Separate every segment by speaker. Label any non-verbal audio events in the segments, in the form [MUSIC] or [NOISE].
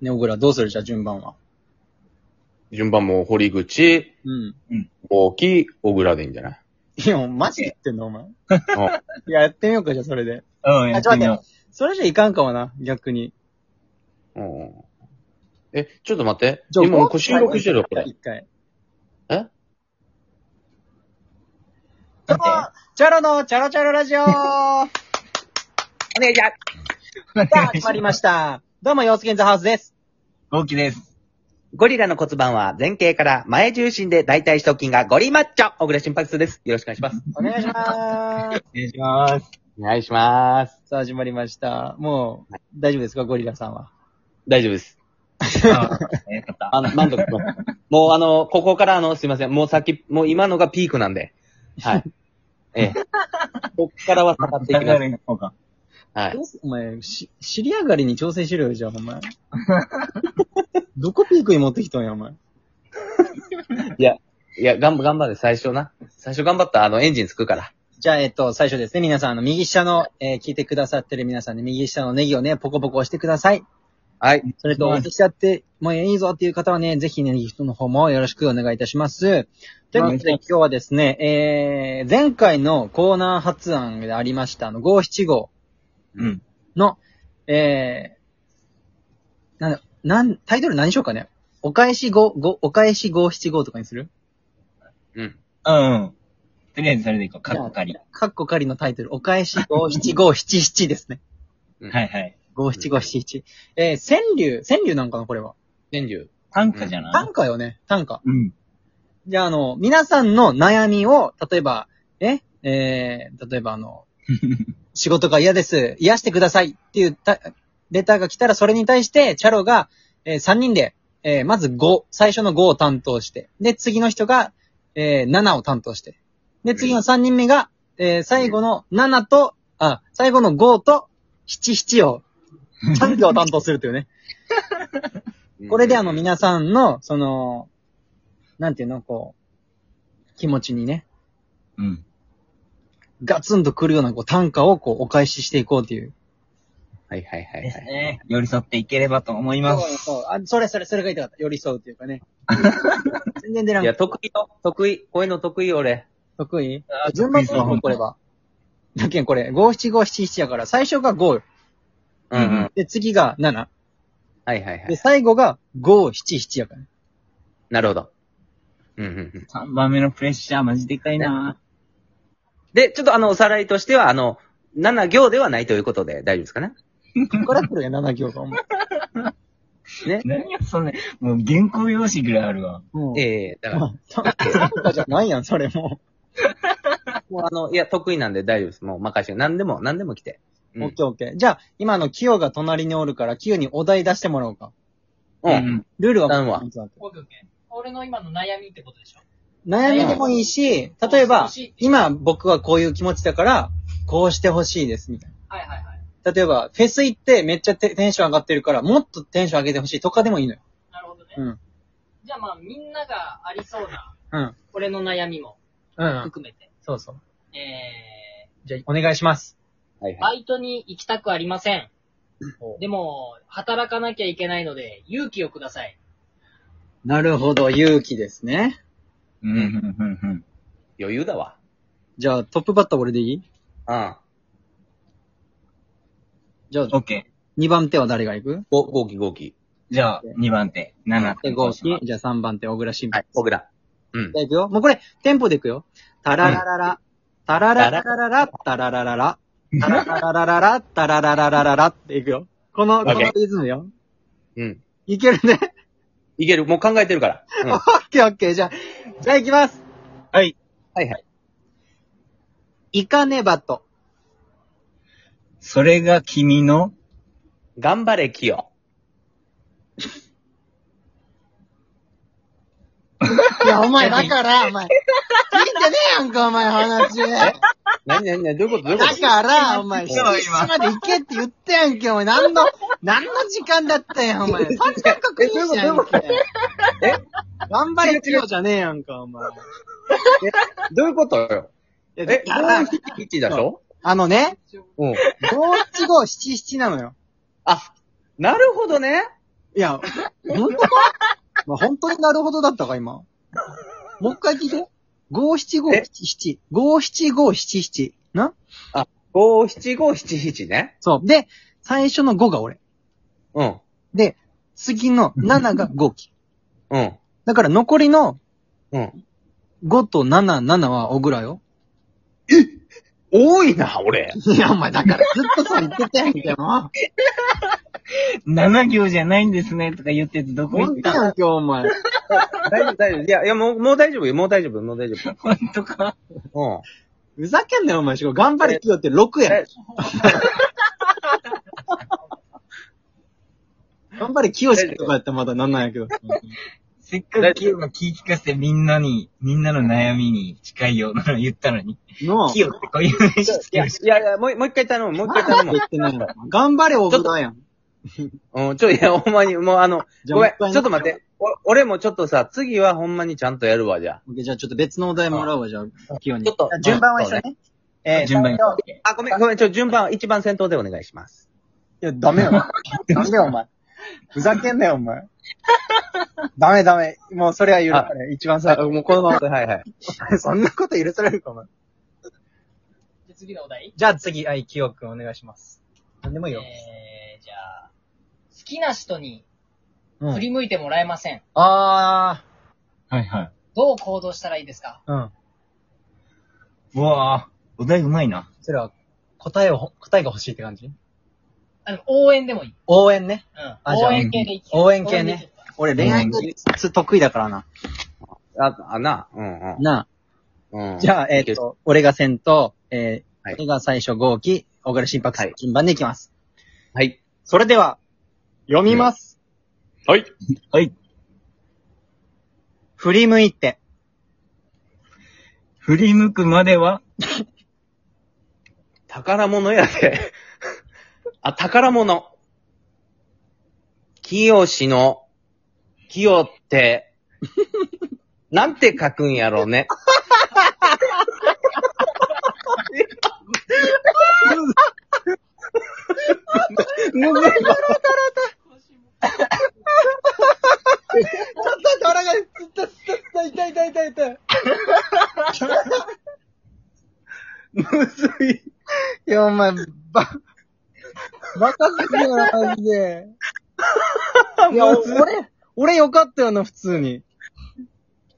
Speaker 1: ね、小倉、どうするじゃあ順番は。
Speaker 2: 順番も、堀口、
Speaker 1: うん。
Speaker 2: 大木、小倉でいいんじゃない
Speaker 1: いや、マジで言ってんのお前。
Speaker 2: あ
Speaker 1: [LAUGHS] いや、やってみようか、じゃあそれで。
Speaker 3: うん、やってみよう。
Speaker 1: それじゃいかんかもな、逆に。
Speaker 2: うんえ、ちょっと待って。
Speaker 1: じゃあ
Speaker 2: 今、もう収録してるよ、これ。
Speaker 1: 一回。
Speaker 2: え
Speaker 1: どうもチャロのチャロチャロラ [LAUGHS] ジオさ
Speaker 3: お願いします。
Speaker 1: あ、始まりました。どうも、洋介んザハウス [LAUGHS] です。
Speaker 3: 大きです。
Speaker 4: ゴリラの骨盤は前傾から前重心で大腿四頭筋がゴリマッチョ小倉心拍数です。よろしくお願いします。
Speaker 1: お願いします。
Speaker 3: お願いします。
Speaker 2: お願いします。
Speaker 1: さあ、始まりました。もう、大丈夫ですか、ゴリラさんは。
Speaker 2: 大丈夫です。
Speaker 3: あーよかった。
Speaker 2: あの、満足しました。 [LAUGHS] もう、あの、ここから、あの、すいません。もう先、もう今のがピークなんで。はい。え
Speaker 4: [LAUGHS]
Speaker 2: え。こっからは下がっていきます。
Speaker 3: 行こうか。
Speaker 2: はい。
Speaker 1: お前、し、尻上がりに調整しろよ、じゃあ、お前。 [LAUGHS] どこピークに持ってきたんや、お前。
Speaker 2: いや、いや、頑張、頑張れ、最初な。最初頑張ったら、あの、エンジンつくから。
Speaker 1: じゃあ、えっと、最初ですね、皆さん、あの、右下の、えー聞いてくださってる皆さんで、右下のネギをね、ポコポコ押してください。
Speaker 2: はい。
Speaker 1: それと、
Speaker 3: はい
Speaker 1: 押しちゃって、もういいぞっていう方はね、ぜひね、ギフトの方もよろしくお願いいたします。ということで、今日はですね、えー、前回のコーナー発案でありました、あの、575。
Speaker 3: うん。
Speaker 1: の、えー、なんだ、なん、タイトル何しようかね。お返し五五お返し五七五とかにする
Speaker 2: うん。
Speaker 3: うんうん。とりあえずそれでいこう。カッコ仮。
Speaker 1: カッコ仮のタイトル、お返し五七五七七ですね。
Speaker 2: うん
Speaker 3: はい。はい。
Speaker 1: 五七五七七。えー、川柳、川柳なんかな、これは。
Speaker 2: 天竜。
Speaker 3: 短歌じゃない
Speaker 1: 短歌よね、短歌。
Speaker 3: うん。
Speaker 1: じゃあ、あの、皆さんの悩みを、例えば、え、えー、例えばあの、仕事が嫌です、癒してくださいっていうたレターが来たら、それに対して、チャロが、え3人で、えーまず5、最初の5を担当して、で、次の人が、えー7を担当して、で、次の3人目が、えー最後の7と、あ、最後の5と、77を、チャンピを担当するというね。これであの皆さんの、その、なんていうの、こう、気持ちにね、
Speaker 3: うん。
Speaker 1: ガツンとくるようなこう短歌をこうお返ししていこうという。
Speaker 2: はいはいはい
Speaker 3: です
Speaker 2: はい。
Speaker 3: ね。寄り添っていければと思
Speaker 1: そ
Speaker 3: い
Speaker 1: う
Speaker 3: ます。
Speaker 1: そう。あ、それそれ、それが言いたかった。寄り添うというか [LAUGHS] ね。全然出ないい
Speaker 2: や、。得意よ。得意。こういうの得意よ、俺。
Speaker 1: 得意
Speaker 3: あ
Speaker 1: 順番
Speaker 3: 得
Speaker 1: ど
Speaker 3: 意そう
Speaker 1: うぞこれは。だけんこれ、五七五七七やから、最初が5よ。
Speaker 2: うんうん。
Speaker 1: で、次が7。
Speaker 2: はいはいは
Speaker 1: で、
Speaker 2: い。
Speaker 1: 最後が5七七やからね。
Speaker 2: なるほど。うんうんうん。
Speaker 3: 3番目のプレッシャー、マジでかいな
Speaker 2: で、ちょっとあの、おさらいとしては、あの、7行ではないということで大丈夫ですかね
Speaker 1: ここから来るやん、7行が。お前
Speaker 2: ね
Speaker 3: 何や、それ。もう原稿用紙ぐらいあるわ。
Speaker 1: も [LAUGHS] う。
Speaker 2: ええだから、
Speaker 1: まあ短歌じゃないやん、それ [LAUGHS] も
Speaker 2: もうあの、いや、得意なんで大丈夫です。もう任せて、何でも、何でも来て。
Speaker 1: う。
Speaker 2: うん
Speaker 1: オッケーオッケー。じゃあ、今あの、キヨが隣におるから、キヨにお題出してもらおうか。
Speaker 2: うん。
Speaker 1: ルールは
Speaker 2: 頼むわ
Speaker 1: なんとなく
Speaker 5: 俺の今の悩みってことでしょ
Speaker 1: 悩みでもいいし、例えば、今僕はこういう気持ちだから、こうしてほしいです、みたい
Speaker 5: はいはいはい。
Speaker 1: な。例えば、フェス行ってめっちゃテテンション上がってるから、もっとテンション上げてほしいとかでもいいのよ。
Speaker 5: なるほどね。
Speaker 1: うん。
Speaker 5: じゃあまあみんながありそうな、
Speaker 1: うん。
Speaker 5: 俺の悩みも
Speaker 1: うん。
Speaker 5: 含めて。
Speaker 1: そうそう。
Speaker 5: え
Speaker 1: じゃあ、お願いします。
Speaker 2: はい
Speaker 5: ー、
Speaker 2: はい。
Speaker 5: バイトに行きたくありません
Speaker 1: ほ。う
Speaker 5: でも、働かなきゃいけないので、勇気をください。
Speaker 1: なるほど、勇気ですね。
Speaker 3: うん、うん、うん、うん。
Speaker 2: 余裕だわ。
Speaker 1: じゃあ、トップバッター俺でいい
Speaker 2: うん。
Speaker 1: じゃ
Speaker 3: オ
Speaker 1: あ、
Speaker 3: ッケー。
Speaker 1: 2番手は誰が行く
Speaker 2: ご、ごきごき。
Speaker 3: じゃあ、2番手。7
Speaker 1: で、ゴーシーじゃあ3番手、小倉新
Speaker 2: はい、僕ら。うん
Speaker 1: じ。ゃあ行くよ。もうこれ、テンポで行くよ。タララララ、タラララララ、タララララ、タラララララ、タララララララって行くよ。この、こ
Speaker 2: OK
Speaker 1: のリズムよ。
Speaker 2: うん。
Speaker 1: いけるね。
Speaker 2: いける、もう考えてるから。 [LAUGHS] うん。
Speaker 1: オッケーオッケー。じゃあ、じゃあ行きます。
Speaker 3: はい。
Speaker 2: はいはい。
Speaker 1: 行かねばと。
Speaker 3: それが君の、
Speaker 2: 頑張れ、キヨ。
Speaker 1: いや、お前だから、お前。聞いてねえやんか、お前話。だ
Speaker 2: 何何何どういうことどういうこと
Speaker 1: から、お前、
Speaker 3: 今今
Speaker 1: 七時まで行けって言ったやんけ、お前。何の、何の時間だったやん、お前。三角確認したやんけ。
Speaker 2: え
Speaker 1: 頑張れ、キヨじゃねえやんか、お前。
Speaker 2: どういうことよ
Speaker 1: え
Speaker 2: え、571だしょ
Speaker 1: あのね、
Speaker 2: うん。
Speaker 1: 五七五七七なのよ。
Speaker 2: あ、なるほどね。
Speaker 1: いや、本当かまあ本当になるほどだったか、今。もう一回聞いて。五七五七七。五七五七七。な
Speaker 2: 五七五七七ね。
Speaker 1: そう。で、最初の5が俺。
Speaker 2: うん。
Speaker 1: で、次の7が5期。
Speaker 2: うん。
Speaker 1: だから残りの
Speaker 2: うん。
Speaker 1: 5と7、7は小倉よ。
Speaker 2: 多いな、俺。
Speaker 1: いや、お前だからずっとそう言ってたやんけ、も
Speaker 3: 7行じゃないんですねとか言っててど
Speaker 1: う。
Speaker 3: こ行
Speaker 1: ほ
Speaker 3: っ
Speaker 1: んと
Speaker 3: た
Speaker 1: やんけ、お前。
Speaker 2: 大丈夫、大丈夫。いや、いや、もう、もう大丈夫よ。もう大丈夫、もう大丈夫。
Speaker 3: 本当か
Speaker 2: うん。
Speaker 1: ふざけんなよ、お前。しかも頑張れ、きよって6やん
Speaker 2: え。
Speaker 1: [LAUGHS] 頑張れ、きよしとかやったらまだなんなんやけど。
Speaker 3: せっかくキヨが気ぃ利かせてみんなに、みんなの悩みに近いようなの言 [LAUGHS] ったのに。
Speaker 1: の、
Speaker 3: キヨってこういう名詞つ
Speaker 2: い
Speaker 3: け
Speaker 2: や、
Speaker 3: る
Speaker 2: い
Speaker 3: し。
Speaker 2: や、いやもう、もう一回頼む、もう一回頼む
Speaker 1: 言。ってないの頑張れ、小倉やん。
Speaker 2: うん、ちょ、いや、ほんまに、もうあの、
Speaker 1: じゃあ
Speaker 2: ごめん、ち
Speaker 1: も
Speaker 2: ょ
Speaker 1: う一回ね
Speaker 2: っと待って。お俺もちょっとさ、次はほんまにちゃんとやるわ、じゃ
Speaker 1: オッケーじゃあちょっと別のお題もらおうわ、じゃあ、きよ
Speaker 2: あ。
Speaker 1: に。
Speaker 2: ちょっと。
Speaker 1: 順番は一緒ね。
Speaker 2: えー
Speaker 3: 順番に。
Speaker 2: あ、ごめん、ごめん、ちょ、順番、一番先頭でお願いします。
Speaker 6: いや、ダメよ。ダメだよ、お前。ふざけんなよ、お前。ダメダメ。もうそれは許されん。一番最
Speaker 2: あ
Speaker 6: 後。
Speaker 2: もうこのまま、はいはい。
Speaker 6: そんなこと許されるか、お前。
Speaker 5: じゃあ次のお題。
Speaker 6: じゃあ次、はい、きよくんお願いします。なんでもいいよ。
Speaker 5: えー、じゃあ、好きな人に
Speaker 6: うん
Speaker 5: 振り向いてもらえません。
Speaker 6: あ
Speaker 3: はいは
Speaker 5: どう行動したらいいですか
Speaker 6: ー、うん。
Speaker 3: い。うわぁ、お題うまいな。
Speaker 6: それは、答えを、答えが欲しいって感じ
Speaker 5: あの、応援でもいい。
Speaker 6: 応援ね。
Speaker 5: うん。
Speaker 6: あじゃあ
Speaker 5: 応援系でいい。
Speaker 6: 応援系ね。
Speaker 1: 俺恋愛が得意だからな。
Speaker 2: あ、あ、な、うんうん。
Speaker 1: な
Speaker 2: うん
Speaker 1: あ。じゃあ、えーっと、俺が先頭、えー
Speaker 2: はい
Speaker 1: 俺が最初号機、小倉心拍
Speaker 2: は
Speaker 1: 数
Speaker 2: い
Speaker 1: 順番でいきます。
Speaker 2: はい。
Speaker 1: それでは、読みます。
Speaker 2: はい。
Speaker 3: はい。
Speaker 1: 振り向いて。
Speaker 3: 振り向くまでは、
Speaker 2: 宝物やで。 [LAUGHS] あ、宝物。清しの、清って、 [LAUGHS] なんて書くんやろうね。
Speaker 6: ちょっと待って、
Speaker 2: むずい
Speaker 6: 腹が、つった、つった、痛い痛い痛い痛い。
Speaker 2: むずい。
Speaker 6: いや、お前、ば、バカすぎるな、マジで。 [LAUGHS] いや、俺、俺よかったよな、普通に。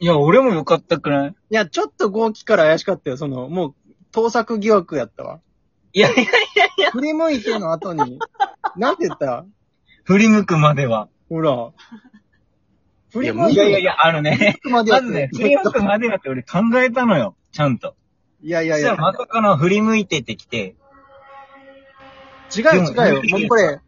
Speaker 3: いや、俺もよかったくない
Speaker 6: いや、ちょっと号機から怪しかったよ、その、もう、盗作疑惑やったわ。
Speaker 3: いやいやいやいや。
Speaker 6: 振り向いての後に、なんて言った
Speaker 3: 振り向くまでは。
Speaker 6: ほら。振り
Speaker 2: いや
Speaker 6: 向い
Speaker 3: いやいや
Speaker 6: て
Speaker 3: いや、あのね。
Speaker 6: までや
Speaker 3: ま
Speaker 6: っ
Speaker 3: ず
Speaker 6: たよ
Speaker 3: ね、振り向くまではって俺考えたのよ。ちゃんと。
Speaker 6: いやいや
Speaker 3: そ
Speaker 6: い
Speaker 3: した
Speaker 6: や
Speaker 3: ら。まさかの振り向いてってきて、
Speaker 6: 違うよ
Speaker 3: でも
Speaker 6: 違うよ。もうこれ、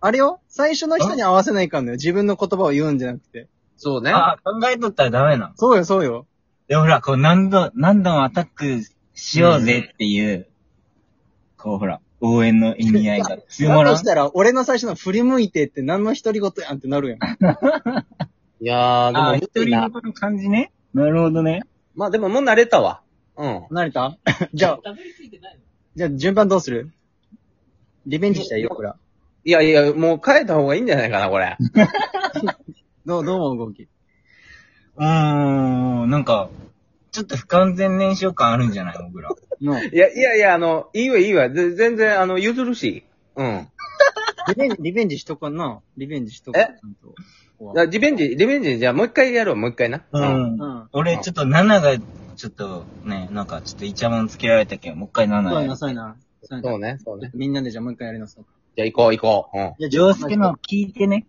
Speaker 6: あれよ最初の人に合わせないかんのよ。自分の言葉を言うんじゃなくて。
Speaker 2: そうね。
Speaker 3: ああ、考えとったらダメなの。
Speaker 6: そうよ、そうよ。
Speaker 3: で、ほら、こう何度、何度もアタックしようぜっていう、こうほら、応援の意味合いが強ま
Speaker 6: だ
Speaker 3: ら
Speaker 6: と
Speaker 3: ん
Speaker 6: し。たら、俺の最初の振り向いてって何の独り言やんってなるやん。
Speaker 2: いやー、で
Speaker 3: あ
Speaker 2: も
Speaker 3: あ、
Speaker 2: む
Speaker 3: 一
Speaker 2: ずい
Speaker 3: 人
Speaker 2: な
Speaker 3: の。この感じね。なるほどね。
Speaker 2: まあでももう慣れたわ。うん。
Speaker 6: 慣れた [LAUGHS] じゃあ、
Speaker 5: たどり着いてないの
Speaker 6: じゃあ順番どうするリベンジしたいよ、こら。
Speaker 2: いやいや、もう変えた方がいいんじゃないかな、これ。
Speaker 6: どう、どう思う動き。
Speaker 3: うーん、なんか、ちょっと不完全燃焼感あるんじゃない僕ら。
Speaker 6: の、
Speaker 2: いや、いやいや、あの、いいわ、いいわ。ぜ全然、あの、譲るし。うん。
Speaker 6: リベンジ、リベンジしとかな。リベンジしとか。
Speaker 2: え
Speaker 6: ちゃんと
Speaker 2: あリベンジ、リベンジ、じゃあもう一回やろう、もう一回な。
Speaker 3: う。ん。
Speaker 6: うん。
Speaker 3: 俺、ちょっと7が、ちょっとね、なんかちょっとイチャモンつけられたけど、もう一回
Speaker 6: そ
Speaker 3: 7
Speaker 6: うや
Speaker 3: や
Speaker 6: な、。そうやな。そうや
Speaker 2: そ
Speaker 6: な。
Speaker 2: うね、そうね。
Speaker 6: みんなでじゃあもう一回やります。
Speaker 2: じゃあ行こう、行こう。うん。
Speaker 6: じゃあ、
Speaker 3: ジョスケの。聞いてね。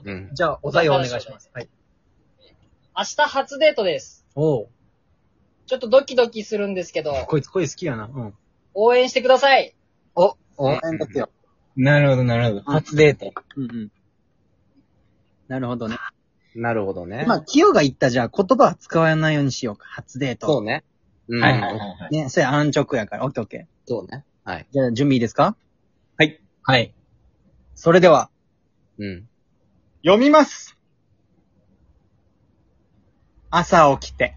Speaker 2: うん。
Speaker 6: じゃあ、お題をお願いします。はい。
Speaker 5: 明日初デートです。
Speaker 6: おう。
Speaker 5: ちょっとドキドキするんですけど、
Speaker 6: こいつ、こいつ好きやな。うん。
Speaker 5: 応援してください。
Speaker 6: お、応援だってよ。
Speaker 3: なるほど、なるほど。初デート。
Speaker 6: うんうん。なるほどね。
Speaker 2: なるほどね。
Speaker 6: まあ、キヨが言ったじゃあ言葉は使わないようにしようか。初デート。
Speaker 2: そうね。うん。
Speaker 3: はいはいはいはい。
Speaker 6: ね、それ安直やから。オッケーオッケー。
Speaker 2: そうね。はい。
Speaker 6: じゃあ、準備いいですか
Speaker 3: はい。
Speaker 6: それでは、
Speaker 2: うん。
Speaker 6: 読みます朝起きて、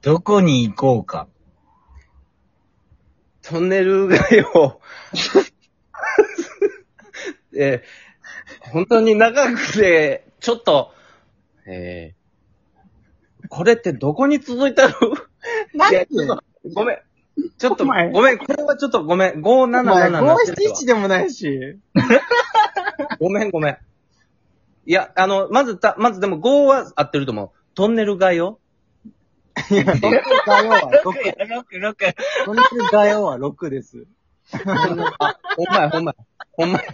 Speaker 3: どこに行こうか。
Speaker 2: トンネルがよ、 [LAUGHS] えー本当に長くて、ちょっと、えーこれってどこに続いたのいやちょっとごめん。ちょっと、
Speaker 1: お
Speaker 2: ご
Speaker 1: 前
Speaker 2: めん。これはちょっとごめん。577
Speaker 1: まあ、
Speaker 2: なってるわ
Speaker 1: 571でもないし。
Speaker 2: ごめんごめん。いや、あの、まずた、まずでも5は合ってると思う。トンネルが [LAUGHS] よ。
Speaker 1: いや、トンネルガヨは6。
Speaker 3: 6、6。
Speaker 1: トンネルガヨは6です。
Speaker 2: あ、ほんまやほんまや。ほんまや。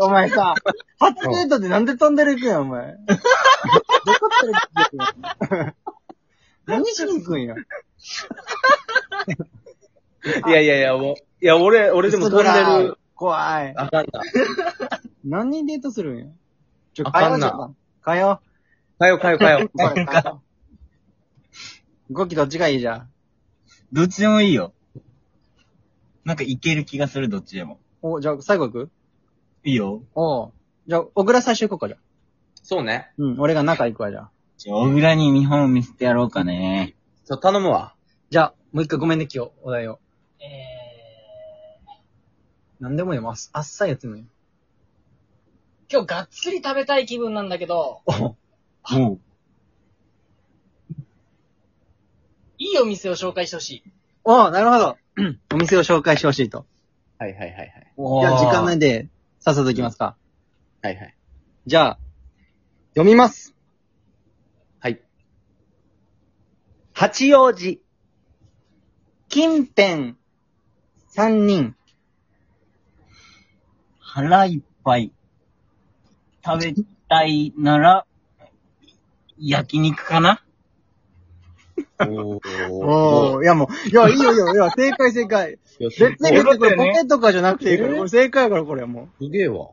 Speaker 1: お前さ、初デートでなんでトンネル行くんや、お前。どこトンネル行くんや。何しに行くんや。
Speaker 2: いやいやいや、もう。いや、俺、俺でもトンネル。。
Speaker 1: 怖い。
Speaker 2: あかんな。
Speaker 1: 何人デートするんや。ちょ、
Speaker 2: あ
Speaker 1: か
Speaker 2: か
Speaker 1: よ
Speaker 2: んな
Speaker 1: う。かよ
Speaker 2: かよかよかよ
Speaker 1: う。。かゴキどっちがいいじゃん。
Speaker 3: どっちでもいいよ。なんかいける気がする、どっちでも。
Speaker 1: お、じゃあ最後行く
Speaker 3: いいよ。
Speaker 1: おうじゃあ、小倉最初行こうか、じゃあ。
Speaker 2: [LAUGHS] そうね。
Speaker 1: うん、俺が中行くわ、じゃあ。
Speaker 3: じゃあ、小倉に見本を見せてやろうかね。
Speaker 2: ちょ頼むわ。
Speaker 1: じゃあ、もう一回ごめんね、今日、お題を。
Speaker 5: え
Speaker 1: 何でもいいよ、あっあっさいやつもいいよ。
Speaker 5: ー、今日がっつり食べたい気分なんだけど、
Speaker 3: おう。
Speaker 5: いいお店を紹介してほしい。
Speaker 1: おうなるほど。 [CLEARS THROAT] うんお店を紹介してほしいと。
Speaker 2: はいはいはいはい。
Speaker 1: じ
Speaker 3: じ
Speaker 1: ゃあ、時間内で、さっさと行きますか。
Speaker 2: はいはい。
Speaker 1: じゃあ、読みます。
Speaker 2: はい。
Speaker 7: 八王子、
Speaker 1: 近辺、三人。
Speaker 3: 腹いっぱい食べたいなら、焼肉かな
Speaker 2: お
Speaker 1: [LAUGHS] おー、いやもう、いや、いいよいいよ、いや、正解正解。 [LAUGHS]
Speaker 2: いやす
Speaker 1: 別に、
Speaker 2: ごい
Speaker 1: 別にこれボケとかじゃなくていいから、これ正解やから、これも
Speaker 2: すげえわ。